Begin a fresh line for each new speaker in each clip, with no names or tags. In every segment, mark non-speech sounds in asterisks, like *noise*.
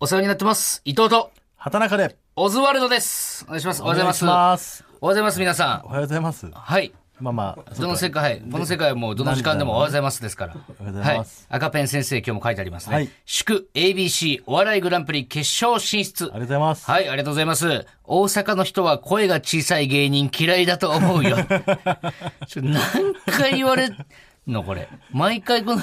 お世話になってます。伊藤と、
畑中で
オズワルドです。お願いします。お
お
はようございます。
す
おはようございます、皆さ
お
ん。
はようございます
はい。
まあまあ
どの世
せ
界、この世界もどの時間でもおはようございますですから。
おはようございます
はい。赤ペン先生、今日も書いてありますね。
はい
祝 ABC お笑いグランプリ決勝進出。
ありがとうございます、
はい、ありがとうございます。大阪の人は声が小さい芸人嫌いだと思
*laughs*
うよ。ちょ何回言われんのこれ。毎回この、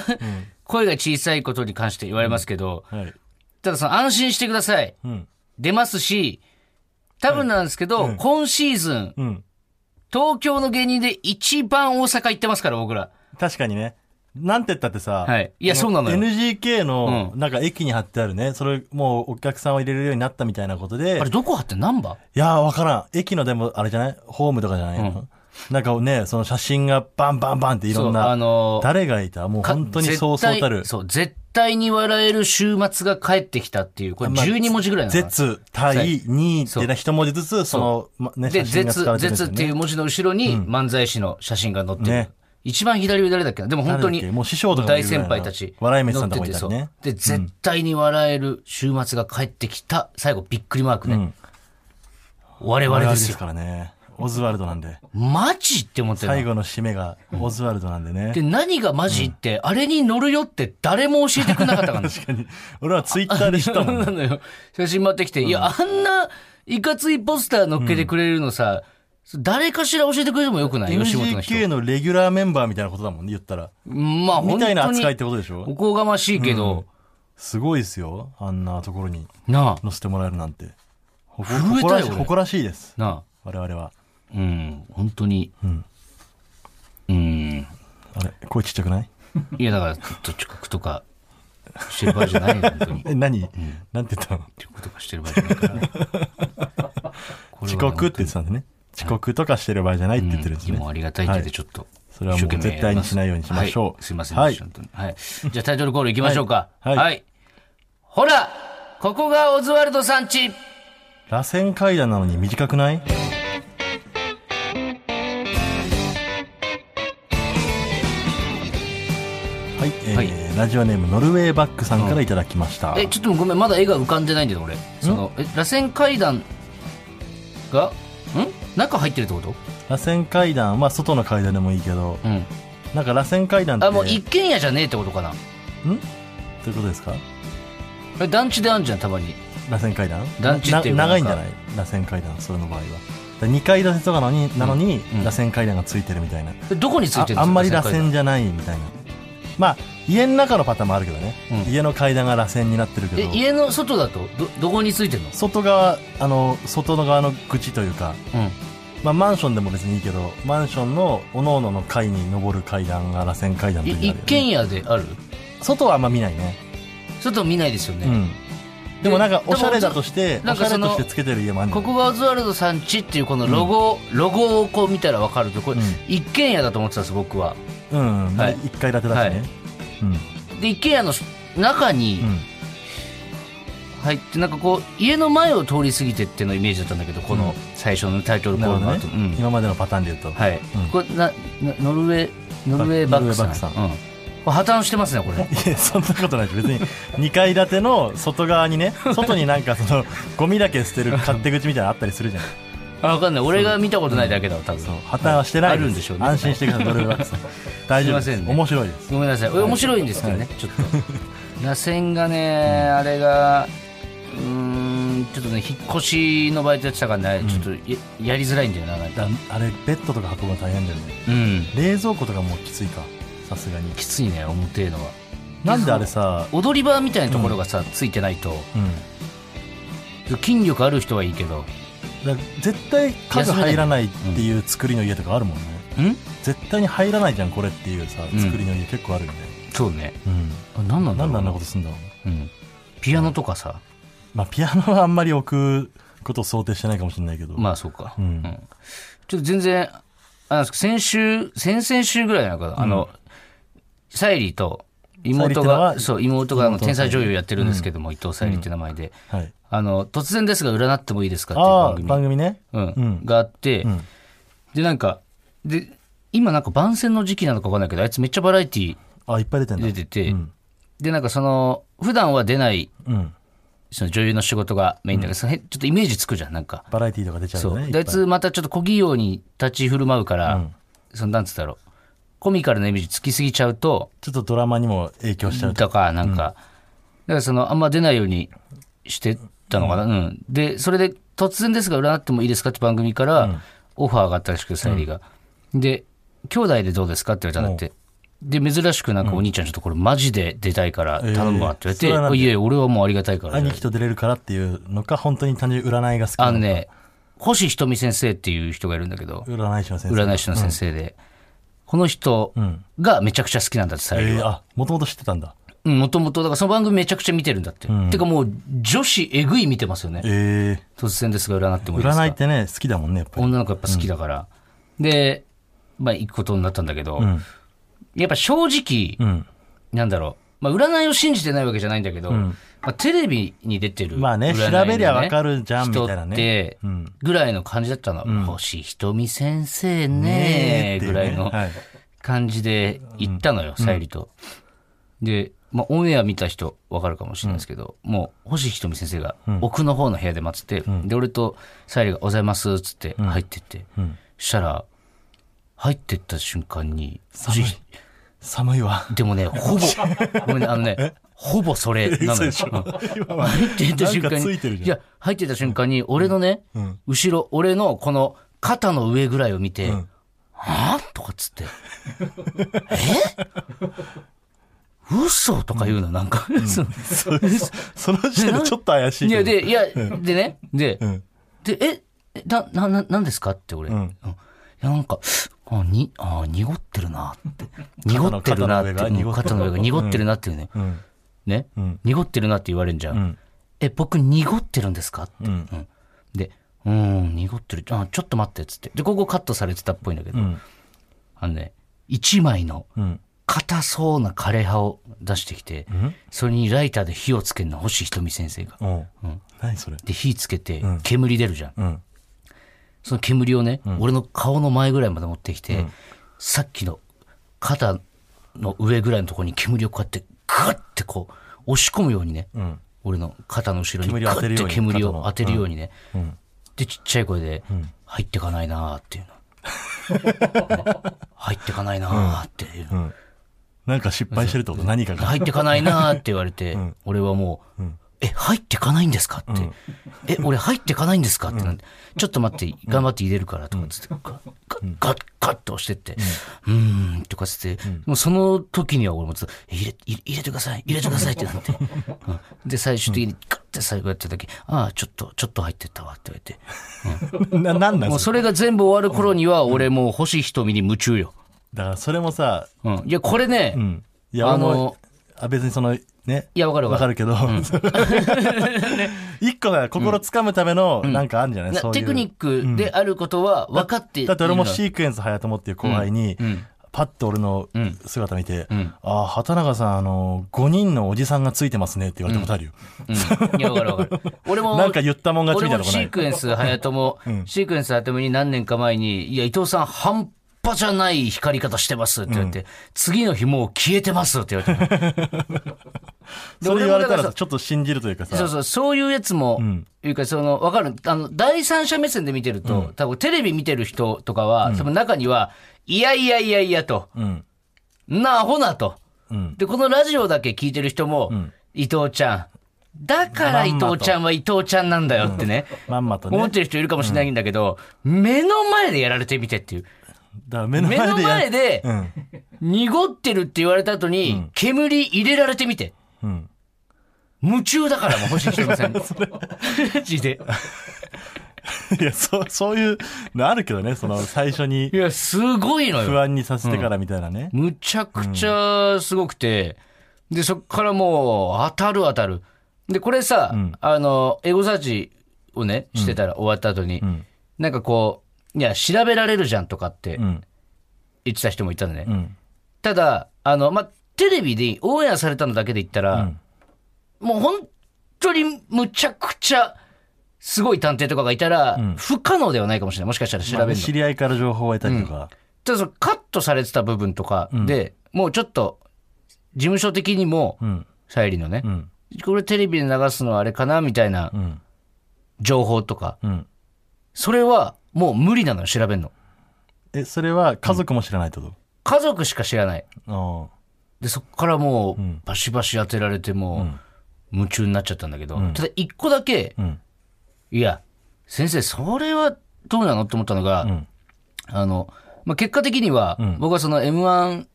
声が小さいことに関して言われますけど、
はい
ただその安心してください。
うん
出ますし、多分なんですけど、今シーズン、
うん
東京の芸人で一番大阪行ってますから、僕ら。
確かにねなんて言ったってさ、
はいいや
あ
そうなのよ
NGK の
う
なんか駅に貼ってあるねそれもうお客さんを入れるようになったみたいなことで
あれ、どこ貼ってんナンバー
いやーわからん駅のでもあれじゃないホームとかじゃないの、なんかねその写真がバンバンバンっていろん
そう
な
あのー
誰がいたもう
か
本当にそうそうたる
絶対そう、絶対に笑える週末が帰ってきたっていう、これ
まあ
12文字ぐらいなのかな
絶対にってな一文字ずつそのまね
で、
写真が使わ
絶、
れてるんです
絶
よ
っ
ね
ていう文字の後ろに漫才師の写真が載ってる。
ね
一番左上誰だっけなでも本当
誰だ
に
っけもう師匠とかもい
大
るぐらい
先
な
輩たち。
笑い飯さんとかもいたりね
載っててそうで、絶対に笑える週末が帰ってきた、最後びっくりマークね。
ん
我々
我々
で
です
よ
す。からね。オズワルドなんで。
マジって思って
最
る。
後の締めがオズワルドなんでね
で、。何がマジって、あれに乗るよって誰も教えてくれなかった
*laughs*
からね
俺はツイッターで知ったもん
そうなのよ。写真持ってきて、いや、あんな、いかついポスター乗っけてくれるのさ、誰かしら教えてくれてもよくない吉本の人。
NGK のレギュラーメンバーみたいなことだもんね、言ったら。
まあ、
みたいな
本当に
扱いってことでしょ
おこがましいけど、
すごいですよ。あんなところに
なあ、
載せてもらえるなんて。ほこ
震えたよ
誇らし
俺
誇らしいです。
なあ、
我々は。
うん、本当に、
ん
うん、
あれ、声ちっちゃくない
いや、だから、ちょっと遅刻とかしてる場合じゃないよ、本当に。
え、何なんて言ったの
遅刻とかしてる場合じゃないから。
*laughs*
これ
遅
はね
刻って言ってたんでね。遅刻とかしてる場合じゃないって言ってるんです
日
ね。
もありがたい手
は
で
い
ちょっと、
それは
一
もう
生懸命
絶対にしないようにしましょう
はいすいません
は
で
い
した、本当にはい。じゃあタイトルコールいきましょうか。は。
はいい
ほらここがオズワルドさんち
螺旋階段なのに短くないはい、えー
はい
ラジオネームノルウェーバックさんからいただきました、
え、ちょっとごめん、まだ絵が浮かんでないんだよ、俺。その、え、螺旋階段が、ん中入ってるってこと
螺旋階段は外の階段でもいいけど
うん。
なんか螺旋階段って
あ、もう一軒家じゃねえってことかな。
んということですか
え団地であんじゃん、たまに。
螺旋階段
団地っていうか
な長いん
なんか
じゃない螺旋階段それの場合は2階建てとかのになのに、
うん
螺旋階段がついてるみたいな、
えどこについ
あ
てるんですか
あんまり螺
階段
旋じゃないみたいなまあ家の中のパターンもあるけどね、
うん
家の階段が螺旋になってるけど
え、家の外だとど、どこについてるの
外側あの外の側の口というか、
うん。
まあ、マンションでも別にいいけどマンションの各々の階に登る階段が螺旋階段と
い
いうの
一
があるよね
軒家である
外はあんま見ないね
外見ないですよね。
うんでもなんかおしゃれだとして
な
お
ん
しゃ
かそ
れ
の
としてつけてる家もあるんだ
こ
よ
こがオズワルドさんちっていうこのロゴ、ロゴをこう見たら分かるとこれ、
うん
一軒家だと思ってたんです僕は
うん、うん
はい
1階建てだしね、
は
うん
で一軒家の中に
うん
入ってなんかこう家の前を通り過ぎてっていうのイメージだったんだけどこ
う
の
ん
最初のタイトルコ
な
ー
るほ
ルの後、
どね、
うん
今までのパターンで言うと、
はい、
うん
これななノルウェーノルウェーバックさん
ノルウェーバッ
うん、
ク
これ破綻してますねこれ
いやそんなことないです別に2階建ての外
*laughs*
側にね外になんかそのゴミだけ捨てる勝手口みたいなのあったりするじゃない
あ分かんない俺が見たことないだけだわ多分
そう破綻はしてない
あるんでしょうね
安心してくださいドルバ
*laughs*
ックさん大丈夫です
いませんね
面白いです
ごめんなさい面白いんですけどね、ちょっと *laughs* 螺旋がね、あれがうーんちょっとね引っ越しのバイトやってたからね、ちょっとややりづらいんだよななんか
だあれベッドとか運ぶの大変だよね
うん
冷蔵庫とかもうきついかさすがに
きついね重てえのは
なんであれさ
踊り場みたいなところがさ、ついてないと
うん
筋力ある人はいいけど
だ絶対家具入らないっていう作りの家とかあるもんね
ん
絶対に入らないじゃんこれっていうさ
うん
作りの家結構あるよね
そうね
うん
あ何なんだろう
何であんなことすんだろうね
うん、ピアノとかさ
まあピアノはあんまり置くことを想定してないかもしれないけど
まあそうか、
うん
ちょっと全然、あなんですか先週、先々週ぐらいなのかな、あの、サイリーと妹
沙莉っての
が、
は
そう、妹があの
妹の
天才女優やってるんですけども、伊藤沙莉って名前で、
はい
あの、突然ですが占ってもいいですかっていう
あ
番
あー
組
番組ね
うん
うん
があって、
うん
で、なんか、で、今なんか番宣の時期なのかわかんないけど、あいつめっちゃバラエティ
あいっぱい出てんだ
出てて、
うん
で、なんかその、普段は出ない
うん
その女優の仕事がメインだから、そのへちょっとイメージつくじゃんなんか
バラエティーとか出ちゃう
そ
と
う
ねいっ
で
ぱ
あ
い
いつまたちょっと小企業に立ち振る舞うから、そのなんつったろうコミカルなイメージつきすぎちゃうと
ちょっとドラマにも影響しちゃうと
とかなんか、だからそのあんま出ないようにしてたのかな、うんでそれで突然ですが占ってもいいですかって番組からオファーがあったらしくさゆりが、で兄弟でどうですかって言われたんだってで珍しくなんかお兄ちゃんちょっとこれマジで出たいから頼むわって言われて、
えーそれはなんで
いやいや俺はもうありがたいから
兄貴と出れるからっていうのか本当に単純に占いが好き
あ
な
の
の
ね星ひとみ先生っていう人がいるんだけど
占い師の先生
占い師の先生で、この人がめちゃくちゃ好きなんだってさゆりは
えー、あもともと知ってたんだ
うん、もともと、だからその番組めちゃくちゃ見てるんだって。てかもう、女子えぐい見てますよね。
え
突然ですが、占っても
ー、
いいですか
占いってね好きだもんねやっぱり
女の子やっぱ好きだから。で、まあ行くことになったんだけど、やっぱ正直、
うん
なんだろう、まあ占いを信じてないわけじゃないんだけど、まあテレビに出てる、
まあね調べりゃわかるじゃんみたいな
人
ね
って、ぐらいの感じだったの。星ひとみ先生ね
えーってう
ぐらいの。
はい、
感じで行ったのよ、さゆりと。で、まあ、オンエア見た人わかるかもしれないですけど、もう星ひとみ先生が奥の方の部屋で待ってて、で俺とさゆりが「おはようございます」っつって入ってって、したら入ってった瞬間に
寒い
星
寒いわ
でもねほぼごめんねあのねほぼそれ *laughs* なの
*laughs*
よ。入っていった瞬間
なんか
に
ついてるじゃん
や入っていった瞬間に俺のね、後ろ俺のこの肩の上ぐらいを見て「はぁとかっつって「え嘘とか言うのなんか、その
そその時点でちょっと怪しい
い
けど
やでいや、でねで、
ん
でええななななんですかって俺、うんいやなんかあにあ濁ってるなって濁ってるなって
肩の上
う
が
ん肩の上が濁ってるなっていうね、
うん
ね、濁ってるなって言われるじゃん、
ん
え僕濁ってるんですかって、
うん
うんでうーん濁ってるあちょっと待ってっつってでここカットされてたっぽいんだけど、
ん
あのね1枚の
うん
硬そうな枯葉を出してきて、それにライターで火をつけるの星ひとみ先生が
おう何それ
で火つけて煙出るじゃん、
うん
その煙をね、俺の顔の前ぐらいまで持ってきて、さっきの肩の上ぐらいのところに煙をこうやってグッてこう押し込むようにね、
うん
俺の肩の後ろに
煙
グ
を当てる
ッ
よ
て
うに
煙を当てるようにね、
うん
でちっちゃい声で「入ってかないな」って
*laughs*
いうの、入ってかないな」っていうの、
うんなんか失敗してるってこと何かが
入ってかないな」って言われて、俺はもう「え入ってかないんですか?」って「え俺入ってかないんですか?」ってなんでちょっと待って頑張って入れるから」とかっつってガッガッガッと押してって「うーん」とかっつって、もうその時には俺もずっと「入れ入れ入れてください入れてください」ってなって、うんで最終的にガッて最後やった時「ああちょっとちょっと入ってったわ」って言われて。
ななんなん
もう
それ
それが全部終わる頃には俺もう星瞳に夢中よ。
だからそれもさ
うん。いや、これね、
うんいや
あ
あ
の
のあ別にそのね
いや、わかるわ
わ
か
か
る。
るけど、 *laughs* 一個が心掴むためのなんかあるんじゃない、
な
そういう
テクニックであることは分かっている
だって俺も
のよ
シークエンス隼友っていう後輩に、パッと俺の姿見て、ああ、畑中さん、あの、5人のおじさんがついてますねって言われたことあるよ。
うんいや、わかるわかる。 *laughs* 俺も、
なんか言ったもん勝ち
俺も
みたいなとこ
シ
ない
ークエンス早友、シークエンス早友に何年か前に、いや、伊藤さん半端じゃない光り方してますって言われて、次の日もう消えてますって言われて。
*laughs* それ言わ
俺も
れた
だから
ら
さ
ちょっと信じるというか
そう
さ、
そう、そういうやつも、いうか、その、わかる。あの、第三者目線で見てると、多分テレビ見てる人とかは、多分中には、いやいやいやいやと、
うん。
なあ、ほなと。
うん
で、このラジオだけ聞いてる人も、伊藤ちゃん。だから伊藤ちゃんは伊藤ちゃんなんだよってね。
まんまと
思っ
ね。
てる人いるかもしれないんだけど、目の前でやられてみてって
*laughs*
いう。
だから目の
目の前
前
で
でや、うん。
濁ってるって言われた後に、煙入れられてみて。
うん。
夢中だからもう、星ひとみさ
*laughs*
んに。マジで。
いや、そう、そういうのあるけどね、その、最初に
いや、すごいのよ
不。安にさせてからみたいなね。
むちゃくちゃすごくて、で、そっからもう、当たる当たる。で、これさ、あの、エゴサーチをね、してたら終わった後に、なんかこう、いや、調べられるじゃんとかって
ん
言ってた人もいたのね。
ん
ただ、あの、ま、テレビでオンエアされたのだけで言ったら、もう本当にむちゃくちゃ、すごい探偵とかがいたら、不可能ではないかもしれない。もしかしたら調べるの。
知り合いから情報を得たりとか。
ただそのカットされてた部分とかで、もうちょっと事務所的にも、さゆりのね、これテレビで流すのはあれかなみたいな
うん。
情報とか、
うん。
それはもう無理なのよ調べるの。
え、それは家族も知らないってこ
家族しか知らない。
と、ああ。
で、そこからもう
うん
バシバシ当てられて
う
も
ん
う夢中になっちゃったんだけど、
うん
ただ一個だけ、
うん。
いや、先生、それはどうなのって思ったのが、
うん。
あの、まあ、結果的には、
うん
僕はその M1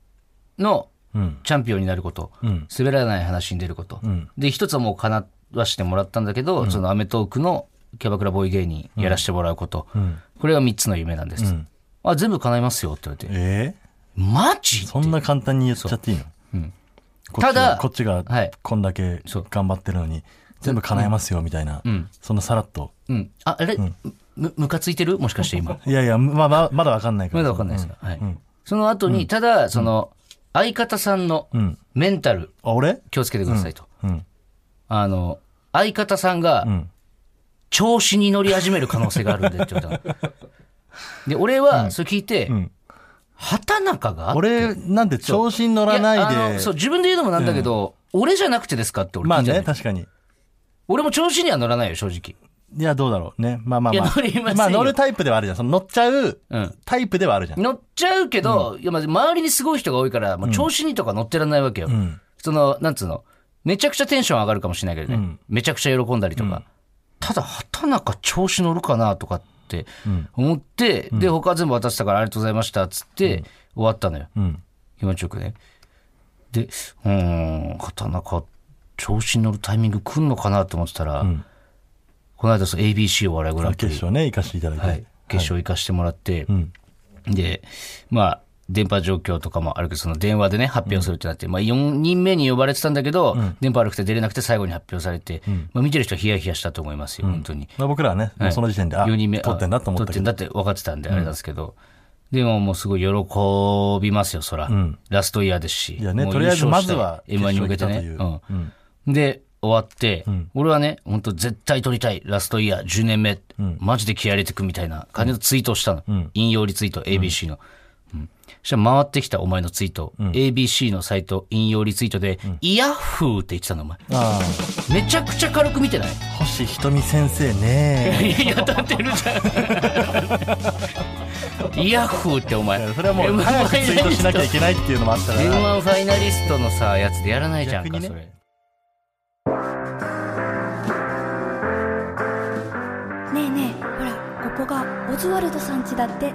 の
うん。
チャンピオンになること、
うん。
滑らない話に出ること。
うん。
で、一つはもう叶わしてもらったんだけど、そのアメトークのキャバクラボーイ芸人やらしてもらうこと。
うん。
これが3つの夢なんです。
うん
あ、全部叶いますよって言われて。
え
マジ
ーそんな簡単に言っちゃっていいの
うん
こっち
ただ
こっちが
はい
こんだけ
そう
頑張ってるのに、全部叶えますよ、みたいな。
ん
そんなさらっと。
うん。あ、あれ、む、むかついてるもしかして今。
いやいや、まだ、まだわかんないか
ま
ら。
だわかんないですか、はい、
ん
その後に、ただ、その、相方さんの
うん。
メンタル、
あ、俺
気をつけてくださいと。
うん。
あの、相方さんが
ん、
調子に乗り始める可能性があるんでって言われたの。
*laughs*
で、俺は、それ聞いて、
ん
畑中が
俺、なんて調子に乗らない
やあ
で
の。そう、自分で言うのもなんだけど、俺じゃなくてですかって俺
ま
聞
あ
いちゃう、
ね、確かに。
俺も調子には乗らないよ、正直。
いや、どうだろうね。まあまあ
いや
ま
乗りませんよ
あ。まあ乗るタイプではあるじゃん。その乗っちゃう
うん
タイプではあるじゃん。
乗っちゃうけど、いやまあ周りにすごい人が多いから、もう調子にとか乗ってらんないわけよ。
ん
その、なんつうの、めちゃくちゃテンション上がるかもしれないけどね。
うん
めちゃくちゃ喜んだりとか。ただ、畑中調子乗るかなとかって思って、で、他は全部渡したからありがとうございました、つって、終わったのよ。
うん。
気持ちよくね。で、うーん、畑中、調子に乗るタイミング来んのかなと思ってたら、
ん
この間その ABC お笑いグランプ
決
リ、
勝ね、行かせていただいて。
はい、決勝行かしてもらって、
うん。
で、まあ、電波状況とかもあるけど、その電話でね、発表するってなって、まあ4人目に呼ばれてたんだけど、電波悪くて出れなくて最後に発表されて、まあ見てる人はヒヤヒヤしたと思いますよ、本当に。
まあ僕らはね、もうその時点で、あ、
4人目。
撮ってんだと思っ
あ
たけ
撮ん
ど。
だって分かってたんで、あれなんですけど。でももうすごい喜びますよ、そら。ラストイヤーですし。
いやね
もう
とりあえず
優勝したい
まずは
M1 に向けてね。
決勝行っ
うんで、終わって、俺はね、本当絶対取りたい、ラストイヤー10年目、マジで気合入れてくみたいな感じのツイートをしたの。引用リツイート、ABC の。うんそしたら回ってきたお前のツイート、ABC のサイト引用リツイートで、イヤッフーって言ってたのお前
あ
めちゃくちゃ軽く見てない
あ、星ひとみ先生ね。
*laughs* いや当たってるじゃん。イヤッフーってお前。
*laughs* いやそれはもう早くツイートしなきゃいけないっていうのもあ *laughs* ったから。
M1 ファイナリストのさやつでやらないじゃんか、
逆にね
それ。
ねえねえほらここがオズワルドさん家だって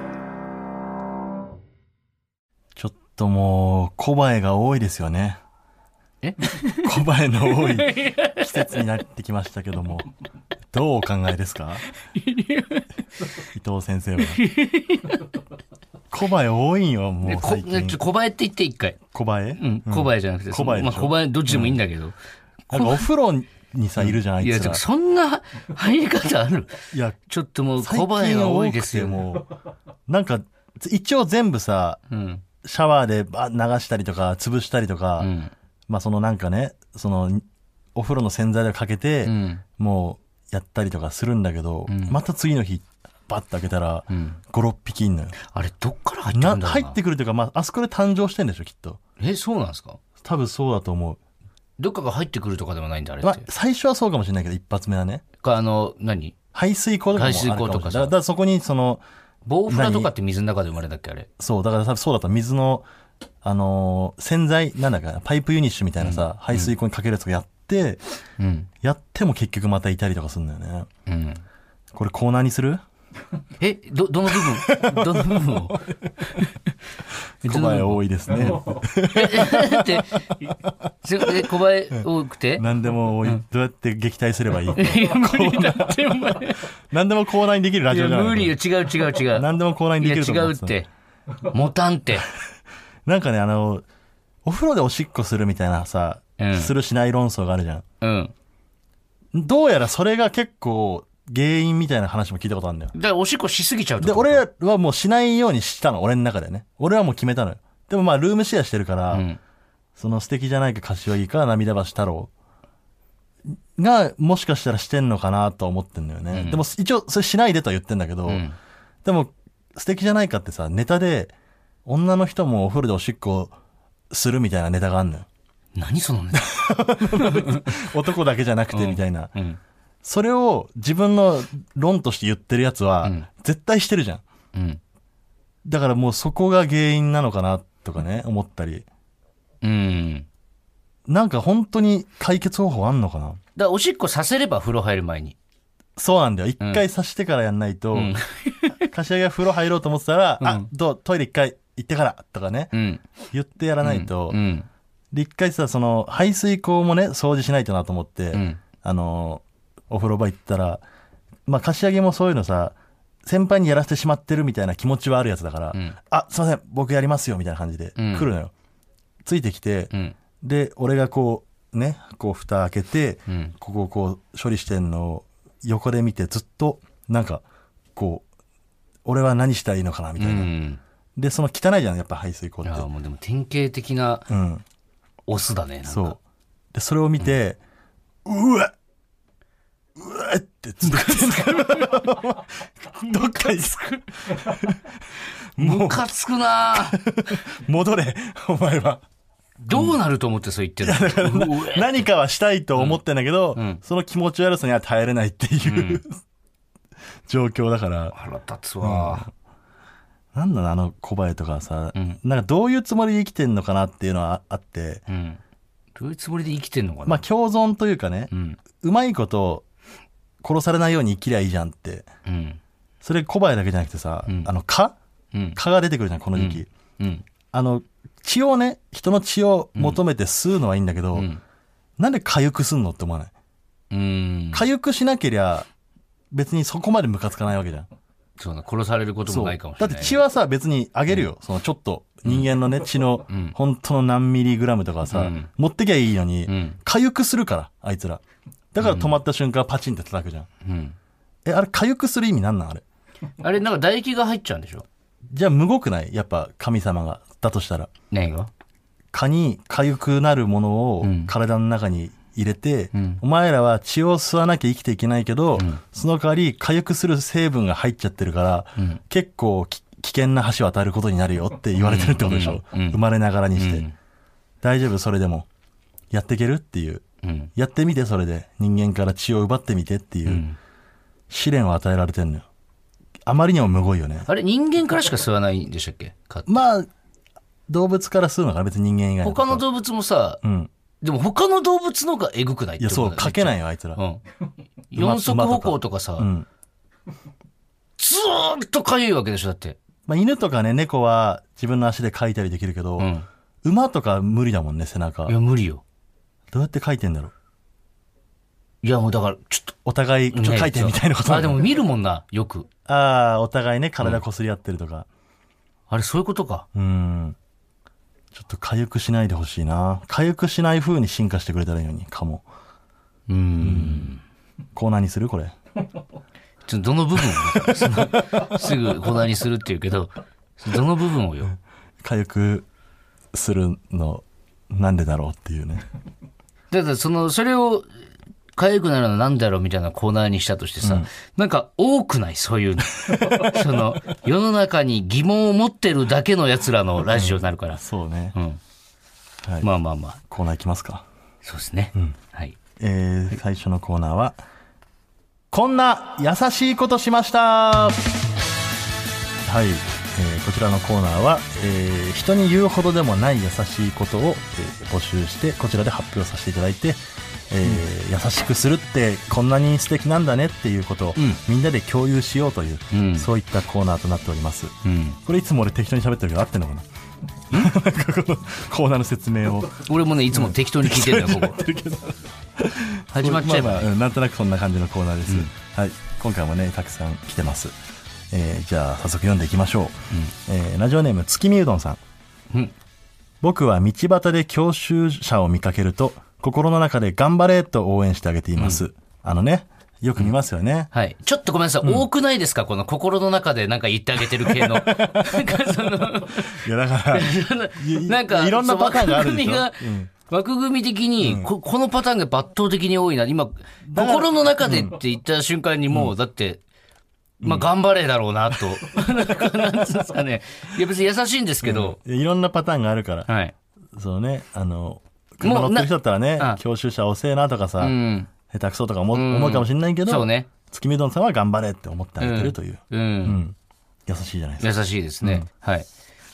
ちょっともう、小映えが多いですよね。
え
*laughs* 小映えの多い季節になってきましたけども、どうお考えですか伊藤先生は。小映え多いよ、も
え
う
こ
最
ねちょ
近。
小林って言って一回。
小映え
うん、小林じゃなくて。
小林
ま
で
あ
しょ
小林どっちでもいいんだけど。
なんかお風呂にさ、いるじゃん、あい
いや
つ
て
ら
か。そんな入り方ある。
いや、
ちょっともう
最
小林
近
が多
多
いで
く
す
て
よ。
もう、なんか、一応全部さ、
うん。
シャワーでば流したりとか、潰したりとか、
うん。
まあそのなんかね、その、お風呂の洗剤でかけて、
うん。
もうやったりとかするんだけど、
うん
また次の日、バッと開けたら、
うん。
5、6匹いんのよ。
あれどっから入ってくる
なん
だろう
入
な。
ってくるというか、まあ、あそこで誕生してんでしょ、きっと。
えそうなんですか。
多分そうだと思
どっかが入ってくるとかでもないんだあれ
う。ま
っ
あ
て、。
最初はそうかもしれないけど、一発目はね。
かあの何
排水口とかもあるかもしれない。
排水口とかさ
だだからそこに、その、
棒フラとかって水の中で生まれたっけあれ。
そう、だから多分そうだった。水の、あのー洗剤、なんだか、パイプユニッシュみたいなさ、排水口にかけるやつをやって、
うん。
やっても結局またいたりとかするんだよね。
うん。
これコーナーにする
え、ど、どの部分 *laughs* どの部分をえ
小
どの
林多いです
*laughs*
ね。
だって、すえ小林多くて、
何でも多い、どうやって撃退すればい *laughs* い
*laughs* いや、無理だって、お前。
何でもコーナーにできるラ
い
ジ
や、
オじゃない
無理よ。違う違う違う。
何でもコーナーに
い
で
や、
き
違
ると思
うっ
ってた
て。持たんって。
なんかね、あの、お風呂でおしっこするみたいなさ、
うん
するしない論争があるじゃん。
うん。
どうやらそれが結構原因みたいな話も聞いたことあるんだよ。
だから、おしっこしすぎちゃうって
で、
こと
俺はもうしないようにしたの、俺の中でね。俺はもう決めたのよ。でもまあ、ルームシェアしてるから、
うん。
その素敵じゃないか柏木か涙橋太郎が、もしかしたらしてんのかなとは思ってんだよね。
うん
でも一応、それしないでとは言ってんだけど、
うん。
でも、素敵じゃないかってさ、ネタで、女の人もお風呂でおしっこするみたいなネタがあんのよ。
何そのネタ。
男だけじゃなくてみたいな。
うん。
それを自分の論として言ってるやつは
うん、
絶対してるじゃん。
うん。
だからもうそこが原因なのかなとかね、思ったり。
うん。
なんか本当に解決方法あんのかな
だからおしっこさせれば風呂入る前に。
そうなんだよ。一回さしてからやんないと、
ん
*laughs* 柏木が風呂入ろうと思ってたら、
う
あ
ん、
どう、トイレ一回行ってからとかね、
うん。
言ってやらないと、
うん。
で、一回さ、その、排水口もね、掃除しないとなと思って、
うん。
あの、お風呂場行ったら、まあ、柏木もそういうのさ、先輩にやらせてしまってるみたいな気持ちはあるやつだから、
うん
あ、すいません、僕やりますよ、みたいな感じで、
うん
来るのよ。ついてきて、
うん。
で、俺がこう、ね、こう、蓋開けて、
うん。
ここをこう、処理してんのを横で見て、ずっと、なんか、こう、俺は何したらいいのかな、み
う
たいな。
ん。
で、その汚いじゃん、やっぱ排水口っ
い
て。
や、もうでも典型的な
うん。
オスだね。なんか
そう。。で、それを見て、うわうわってずっと
*laughs*
言ってんのどっかにも
ム
う、
カつくなぁ
戻れ、お前は。
どうなると思ってそう言ってるのうえ
何かはしたいと思ってんだけど、
うん
その気持ち悪さには耐えれないっていう、 *laughs* 状況だから。
腹立つわ。
なんだろうあの小林とかさ、
うん
なんかどういうつもりで生きてんのかなっていうのはああって、
うん。どういうつもりで生きてんのかな
まあ共存というかね
う、ん。
うまいこと殺されないように生きりゃいいじゃんって。
うん。
それ小林だけじゃなくてさ、
うん
あの蚊
うん。
蚊が出てくるじゃん、この時期。
うん。
あの、血をね、人の血を求めて吸うのはいいんだけど、
うん。
なんで痒くすんのって思わない
うん。
痒くしなけりゃ、別にそこまでムカつかないわけじゃん。
そうな、殺されることもないかもし
だ
れ
っ
ない。
て血はさ、別にあげるよ。そのちょっと、人間のね、血の
うん、
本当の何ミリグラムとかさ、
うん
持ってきゃいいのに、
うん。
痒くするから、あいつら。だから止まった瞬間パチンって叩くじゃん。
うん。
え、あれ痒くする意味なんなんあれ。
あれ、なんか唾液が入っちゃうんでしょ
じゃあ無ごくないやっぱ神様が。だとしたら。
何が
蚊に痒くなるものを
うん
体の中に入れて、
うん
お前らは血を吸わなきゃ生きていけないけど、
ん
その代わり痒くする成分が入っちゃってるから、
うん
結構き危険な橋渡ることになるよって言われてるってことでしょ、
うんうん
生まれながらに
う
して、
ん。
大丈夫それでもやっていけるっていう
うん。
やってみてそれで人間から血を奪ってみてっていう、
うん。
試練を与えられてるのよあまりにもむごいよね
あれ、人間からしか吸わないんでしたっけ蚊って
まあ動物から吸うのかな別に人間以外の
他の動物もさ、
うん
でも他の動物の方がえぐくないっ
い
て
や
こ
そ
と。
うかけないいよあいつら、
うん。四足歩行とかさ
う、ん
ずーっとかゆいわけでしょ、だって。
まあ、犬とかね猫は自分の足で描いたりできるけど、
うん。
馬とか無理だもんね背中
いや、無理よ。
どうやって描いてんだろう
いや、もうだから、ちょっと。
お互いちょっと描いてみたいなこと
あ、でも見るもんな、よく。
ああお互いね体こすり合ってるとか
あれ、そういうことか。
うんちょっと痒くしないでほしいな痒くしない風に進化してくれたらいいのにかも
うん。
コーナーにするこれ
ちょどの部分を *laughs* そのすぐ粉にするって言うけど、どの部分をよ。
痒くするのなんでだろうっていうね
だからその、それを、かゆくなるのなんだろうみたいなコーナーにしたとしてさ、なんか多くないそういうの。その、 *laughs* 世の中に疑問を持ってるだけの奴らのラジオになるから。
*laughs* そうね
うん。
はい
まあまあまあ、
コーナーいきますか
そうですね。はい。
えー最初のコーナーは、こんな優しいことしましたはい、えーこちらのコーナーは、えー人に言うほどでもない優しいことを、えー募集して、こちらで発表させていただいて、えー優しくするってこんなに素敵なんだねっていうことを、
ん
みんなで共有しようという、
うん
そういったコーナーとなっております。
うん。
これいつも俺適当に喋ってるけど合ってんのかななんか *laughs* このコーナーの説明を
俺もね、いつも適当に聞いてるんだよ、ここ。始まっちゃえば、
まあまあうんなんとなくそんな感じのコーナーです、はい、今回もねたくさん来てます、えーじゃあ早速読んでいきましょう、えーラジオネーム月見うどんさん、
うん
僕は道端で教習者を見かけると心の中で頑張れと応援してあげています、あのねよく見ますよね、
はい。ちょっとごめんなさい。多くないですかこの心の中でなんか言ってあげてる系の。なんかその、
いやだ
*laughs*
から *laughs* い
なんか、
いろんなパターンがあるでしょ
そう枠組みが枠組み的にこ、このパターンが圧倒的に多いな。今、
だから
心の中でって言った瞬間にもう、だって、まあ、頑張れだろうな、と。なんか、なんつうんですかね。いや、別に優しいんですけど、
いやいろんなパターンがあるから、
はい。
そのねあの車乗ってる人だったらね
もうなうん、
教習車遅えなとかさ、
うん。
下手くそとか思う
うん
思うかもしれないけど、
そうね。
月見うどんさんは頑張れって思ってあげてるという、
う
うん
ん。
優しいじゃないです
優しいですね。はい。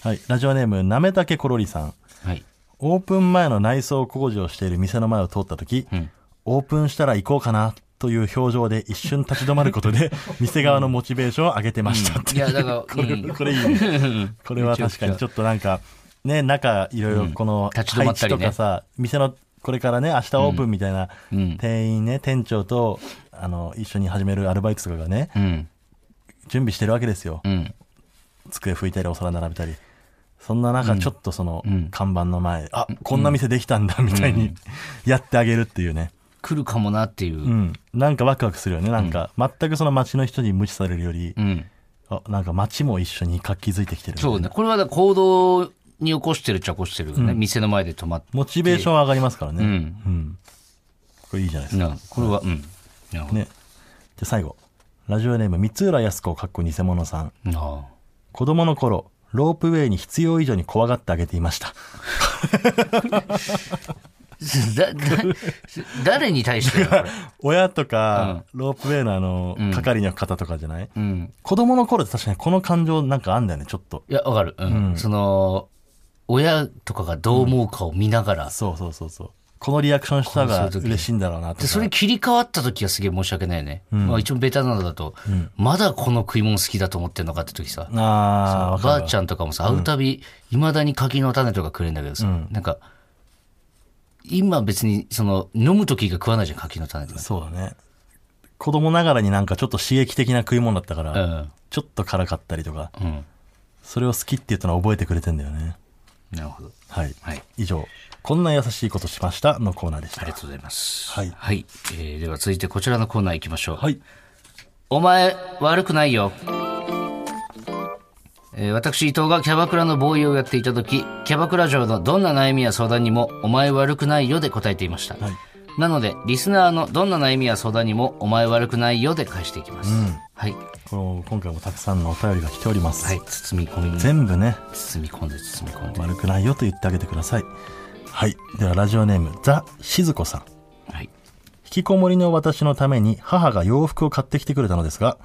か。はい、ラジオネーム、なめたけころりさん。 *laughs*
はい。
オープン前の内装工事をしている店の前を通った時、
うん
オープンしたら行こうかなという表情で一瞬立ち止まること
*laughs*
で、店側のモチベーションを上げてましたって
いや、だか
こ
ら、う
れ
ん
これいいね。これは確かに
めち
ちょっとなんか、ね、中いろいろこの
うん立ち止
配
まっ
置
たり
と
ね
かさ、店のこれからね、明日オープンみたいな、
うん
店員ね、店長と、あの、一緒に始めるアルバイトとかがね、
うん。
準備してるわけですよ。
うん。
机拭いたりお皿並べたり。そんな中、ちょっとその
うん、
看板の前、あ、こんな店できたんだ、みたいに、やってあげるっていうね。
来るかもなっていうう。
ん。なんかワクワクするよね。なんか、全くその街の人に無視されるより
う、ん。
あ、なんか街も一緒に活気づいてきてる。
そうね。これはだから行動に起こしてるっちゃ起こしてるよね。店の前で止まって。
モチベーション上がりますからね。
うん。
うん。これいいじゃないですか。
なこれは、うん。なるほど。
ね。じゃあ最後。ラジオネーム、三浦康子、かっこ偽物さん。
なあ *laughs*
子供の頃、ロープウェイに必要以上に怖がってあげていました。 *laughs*
だだ *laughs* 誰に対してだよこれ
親とか、ロープウェイのあの、係の方とかじゃない、
うん。
子供の頃って確かにこの感情なんかあんだよね、ちょっと。
いや、わかる。うん。その、親とかがどう思うかを見ながら。
そうそうそうそう。このリアクションしたが嬉しいんだろうなと
で、
か。
それ切り替わった時はすげえ申し訳ないね。まあ一応ベタなのだと、まだこの食い物好きだと思ってんのかって時さ。
ああ、わ
ば
か
あ
るわ。
ちゃんとかもさ、会うたび、いまだに柿の種とかくれんだけどさ、なんか、今別に、その、飲む時が食わないじゃん、柿の種とか。
そうだね。子供ながらになんかちょっと刺激的な食い物だったか
う
ら、
ん。
ちょっと辛かったりとか、
うん。
それを好きって言ったのは覚えてくれてんだよね。
なるほど。
はい。
はい
以上、こんな優しいことしましたのコーナーでし
あ
た
り。がとうございます。
はい
はい。えーでは続いてこちらのコーナー行きましょう。
はい。
お前、悪くないよ。えー私、伊藤がキャバクラのボーイをやっていた時、キャバクラ嬢のどんな悩みや相談にも、お前悪くないよで答えていました。
はい
なので、リスナーのどんな悩みや相談にも、お前悪くないよで返していきます。はい。
この今回もたくさんのお便りが来ております。
はい。包み込み、
全部ね、
包み込んで、包み込んで。
悪くないよと言ってあげてください。はい。では、ラジオネーム、ザ・しずこさん。
はい。
引きこもりの私のために母が洋服を買ってきてくれたのですが、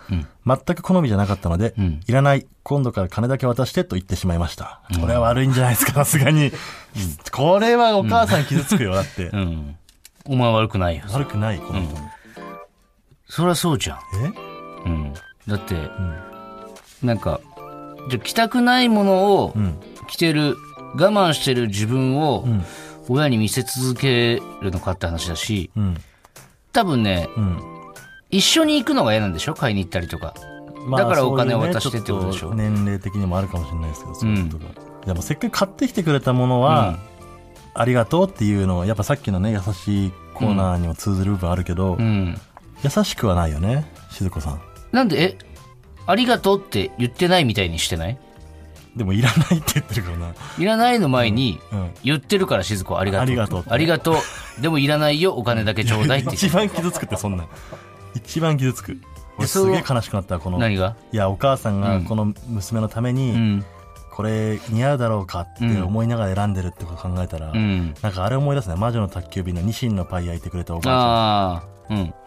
全く好みじゃなかったので、いらない、今度から金だけ渡してと言ってしまいました。これは悪いんじゃないですか、さすがに。これはお母さん傷つくよ、だって
う。ん。お前悪くないよ。
悪くない、この人も。
そりゃそうじゃん。
え
うん。だって、なんか、じゃあ着たくないものを着てる、我慢してる自分を親に見せ続けるのかって話だし、
うん。
多分ね、
うん。
一緒に行くのが嫌なんでしょ買いに行ったりとか。だからお金を渡してってことでしょ
そういうねちょっと年齢的にもあるかもしれないですけど、そういうことが。でもせっかく買ってきてくれたものは、ありがとうっていうのを、やっぱさっきのね、優しいコーナーにも通ずる部分あるけど、
うん。
優しくはないよね、しずこさん。
なんで、え、ありがとうって言ってないみたいにしてない
でもいらないって言ってるからな。
いらないの前に、
うん。
言ってるから、しずこ、ありがとう。
ありがとう
ありがとう。でもいらないよ、お金だけちょうだいって。
一番傷つくってそんなん。一番傷つく。俺
そ
す
う
げえ悲しくなったわこの。
何
い
が
や、お母さんがこの娘のため
う
に、
ん。
これ似合うだろうかって思いながら選んでるってこと考えたら、
うん。
なんかあれ思い出すね。魔女の宅急便のニシンのパイ焼いてくれたおばあちゃん。あ
ああ。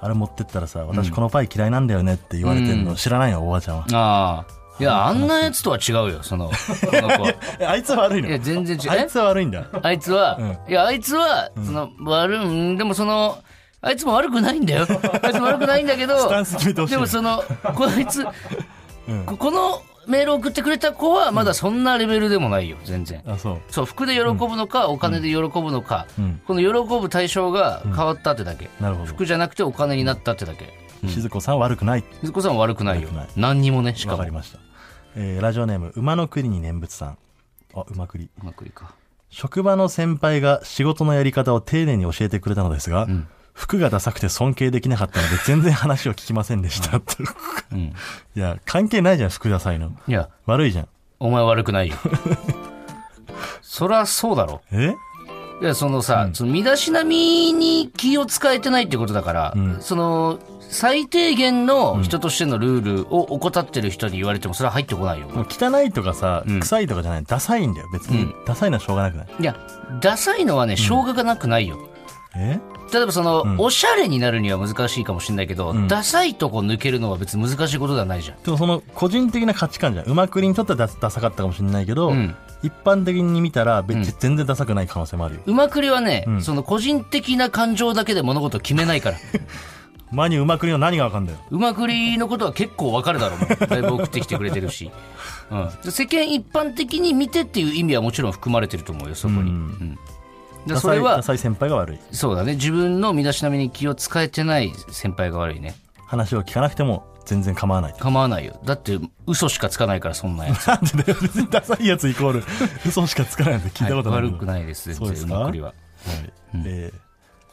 うん。
れ持ってったらさ、私このパイ嫌いなんだよねって言われてる
う
の知らないよ、おばあちゃん
*laughs*
は。
ああ。いや、あんなやつとは違うよ、その、この子
*laughs*
は。
えあいつは悪いの
いや、全然違う。
あ
え
いつは悪いんだ。
あいつは、いや、あいつは、その、悪いうん、でもその、あいつも悪くないん
*laughs*
だよ。あいつも悪くないんだけど、
スタンス決めてほしい
で
よ。
もその、こいつ、
うん
ここのメールを送ってくれた子は、まだそんなレベルでもないよ、全然。
あ、そう。
そう、服で喜ぶのか、お金で喜ぶのか、
うん
この喜ぶ対象が変わったってだけ。
なるほど。
服じゃなくてお金になったってだけ。
しずこさんは悪くない。
水子さんは悪くないよ
悪くない。
何にもね、しか
わ
も。
かりました、えーラジオネーム馬の栗に念仏さんあ馬栗
うまくいくか。
職場の先輩が仕事のやり方を丁寧に教えてくれたのですが、服がダサくて尊敬できなかっ
*laughs*
たので全然話を聞きませんでした、と
うん。
いや関係ないじゃん服ダサいの
いや、
悪いじゃん
お前悪くない *laughs* よ。そりゃそうだろ。
え
いや、そのさ、その身だしなみに気を使えてないってことだから、その、最低限の人としてのルールを怠ってる人に言われてもそれは入ってこないよ。
もう汚いとかさ、臭いとかじゃない。ダサいんだよ。別に、ダサいのはしょうがなくない。
いや、ダサいのはね、しょうがなくないよ。
え
例えばその、おしゃれになるには難しいかもしれないけど、ダサいとこ抜けるのは別に難しいことではないじゃん。
でもその個人的な価値観じゃん。うまくりにとってはダダサかったかもしれないけど、
ん
一般的に見たら別に全然ダサくない可能性もあるよ。
うまくりはね、その個人的な感情だけで物事を決めないから。
前にうまくりの何がわかんだよ。
うまくりのことは結構わかるだろうもん。だいぶ送ってきてくれてるし。うん、で世間一般的に見てっていう意味はもちろん含まれてると思うよ、そこに。うんで
ダ
そ
サ
れ
い、
は
ダ、サい先輩が悪い。
そうだね。自分の身だしなみに気を使えてない先輩が悪いね。
話を聞かなくても全然構わない。
構わないよ。だって、嘘しかつかないから、そ *laughs* んなやつ。
なんでだよ。 *laughs* 別にダサいやつイコ
*laughs*
ール、嘘しかつかないんで聞いたことない。
悪くないです、
そう
全
です
然
か
うまくりは。
はいえ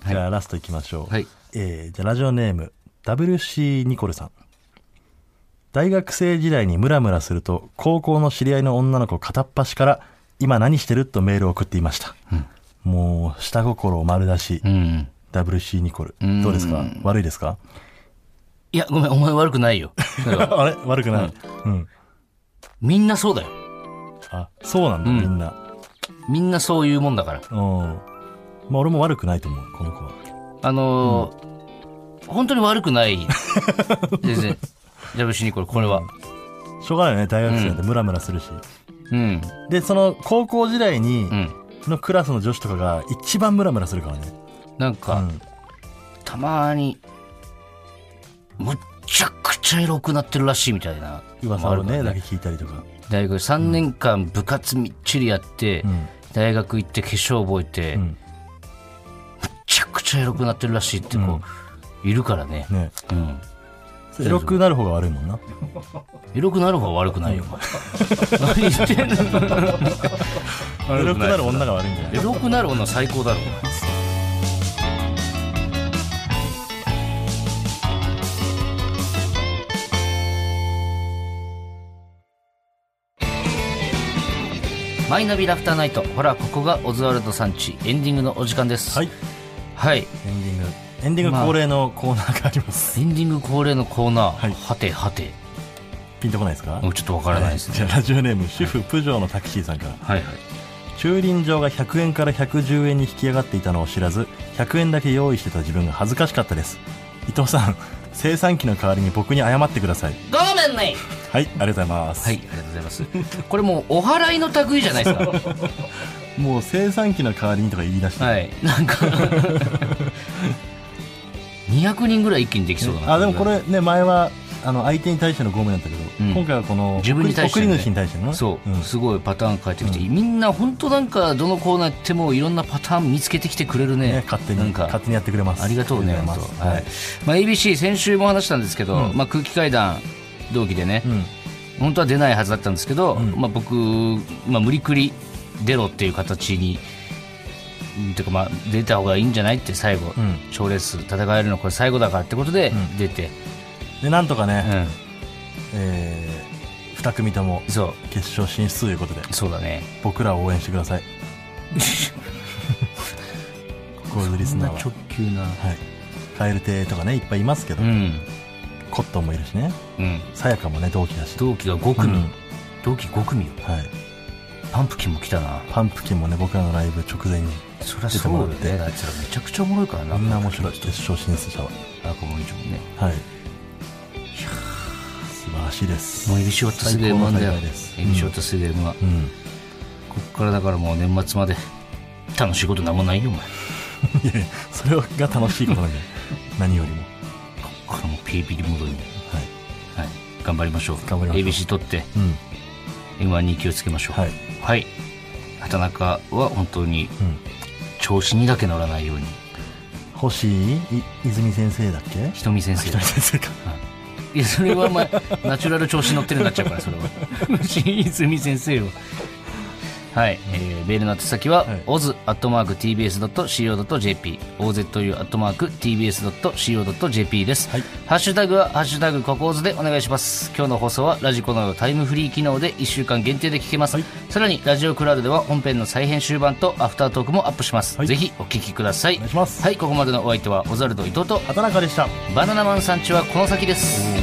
ーじゃあラストいきましょう。
はい
えーじゃあラジオネーム、WC ニコルさん。大学生時代にムラムラすると、高校の知り合いの女の子片っ端から、今何してるとメールを送っていました。もう、下心を丸出し、
うん。
WC ニコル。どうですか悪いですか
いや、ごめん、お前悪くないよ。それは
*laughs*
*laughs*
あれ悪くない。うん。
みんなそうだよ。
あ、そうなんだ、みんな。
みんなそういうもんだから。
うん。まあ俺も悪くないと思う、この子は。
あのー本当に悪く
*laughs*
ない。全然。ジャブシニコル、これは。
しょうがないよね、大学生なんてムラムラするし。
うん。
で、その、高校時代に、
うん。
のクラスの女子とかが一番ムラムラするからね。
なんか、
うん
たまに、むっちゃくちゃエロくなってるらしいみたいな。
噂を
もあ
ね、
るから
だけ聞いたりとか。
大学3年間部活みっちりやって、
ん
大学行って化粧覚えて、
うん
めちゃくちゃエロくなってるらしいってこう、いるからね。
ね。
うん。
エロくなる方が悪いもんな。
エロくなる方が悪くないよ、お前 *laughs* 何言ってんの
*laughs* エロくなる女が悪いんじゃない
エロくなる女最高だろお前マイナビラフターナイトほらここがオズワルドさんちエンディングのお時間です
はい。
はい
エンディング。エンディング恒例のコーナーがあります。
エンディング恒例のコーナー、
はい
はてはて
ピンとこないですか
もうちょっとわからないです
じゃ
ね
あラジオネーム、主婦プジョーのタクシーさんから。
はいはい
駐輪場が100円から110円に引き上がっていたのを知らず、100円だけ用意してた自分が恥ずかしかったです。伊藤さん、生産機の代わりに僕に謝ってください。
ごめんね
はい、ありがとうございます。
はいありがとうございますこれもうお祓いの類じゃないですか
もう生産機の代わりにとか言い出して。
はい、なんか200人ぐらい一気にできそうだな
あでもこれね前はあの相手に対してのゴムだったけど、
うん
今回はこの
自分に対してね
送り主に対してのね
そう、
ん
すごいパターン変えてきて、みんな本当なんかどのコーナー行ってもいろんなパターン見つけてきてくれるね
ね、勝手
なん
に
か
勝手にやってくれます
ありがとうね
ありがと
本
うご
当
ざいます
はいまあ、ABC 先週も話したんですけど、
うん
まあ、空気階段同期でね、
うん
本当は出ないはずだったんですけど、
ん
まあ、僕、まあ、無理くり出ろっていう形にうんてかまあ出た方がいいんじゃないって最後
うん
賞、レース戦えるのこれ最後だからってことで
ん
出て、
でなんとかね、
うん、
えー、2組とも
そ
決勝進出ということで
う、そうだ
*laughs*
ね。
僕らを応援してくださいゴールドリスナーは、はい、
急な。
蛙亭とかねいっぱいいますけど、
うん。
コットンもいるしね
うん。
さやかもね同期だし
同期が5組。
うん
同期5組よ。
はい、
パンプキンも来たな。
パンプキンもね僕らのライブ直前に
そりゃそうだよね。あいつらめちゃくちゃおもろいからな。
あんな面白い決勝進出者は
あ、こも以上ね。
はい。素晴らしいです。
もう ABC 終わったすぐ M1 だよ。
最高の大会ですうん
ABC 終わったすぐ M1。こ
うん。
っからだからもう年末まで楽しいことなんもないよ、お前。
いやいやそれが楽しいことなんじ
*laughs*
ゃない何よりも。
こっからもうピリピリ戻るよ。
はい。
はい。頑張りましょう。
頑張りましょう
ABC 取って
うん。
M1 に気をつけましょう。
はい。
はい。畑中は本当に
うん。
調子にだけ乗らないように。
星井い泉先生だっけ
瞳先生
あ。先生か。
いや、それはお前、ナチュラル調子乗ってるになっちゃうから、それは。藤井泉先生は。はい、えーメールの宛先は、
はい
oz.tbs.co.jp、ozu.tbs.co.jp です、
はい
ハッシュタグは、ハッシュタグココーズでお願いします。今日の放送は、ラジコのタイムフリー機能で1週間限定で聞けます。
はい
さらに、ラジオクラウドでは本編の再編集版とアフタートークもアップします。
はい
ぜひ、お聞きください。
お願いします
はい、ここまでのお相手は、オザルド伊藤と、
畑中でした
バナナマンさんちはこの先です。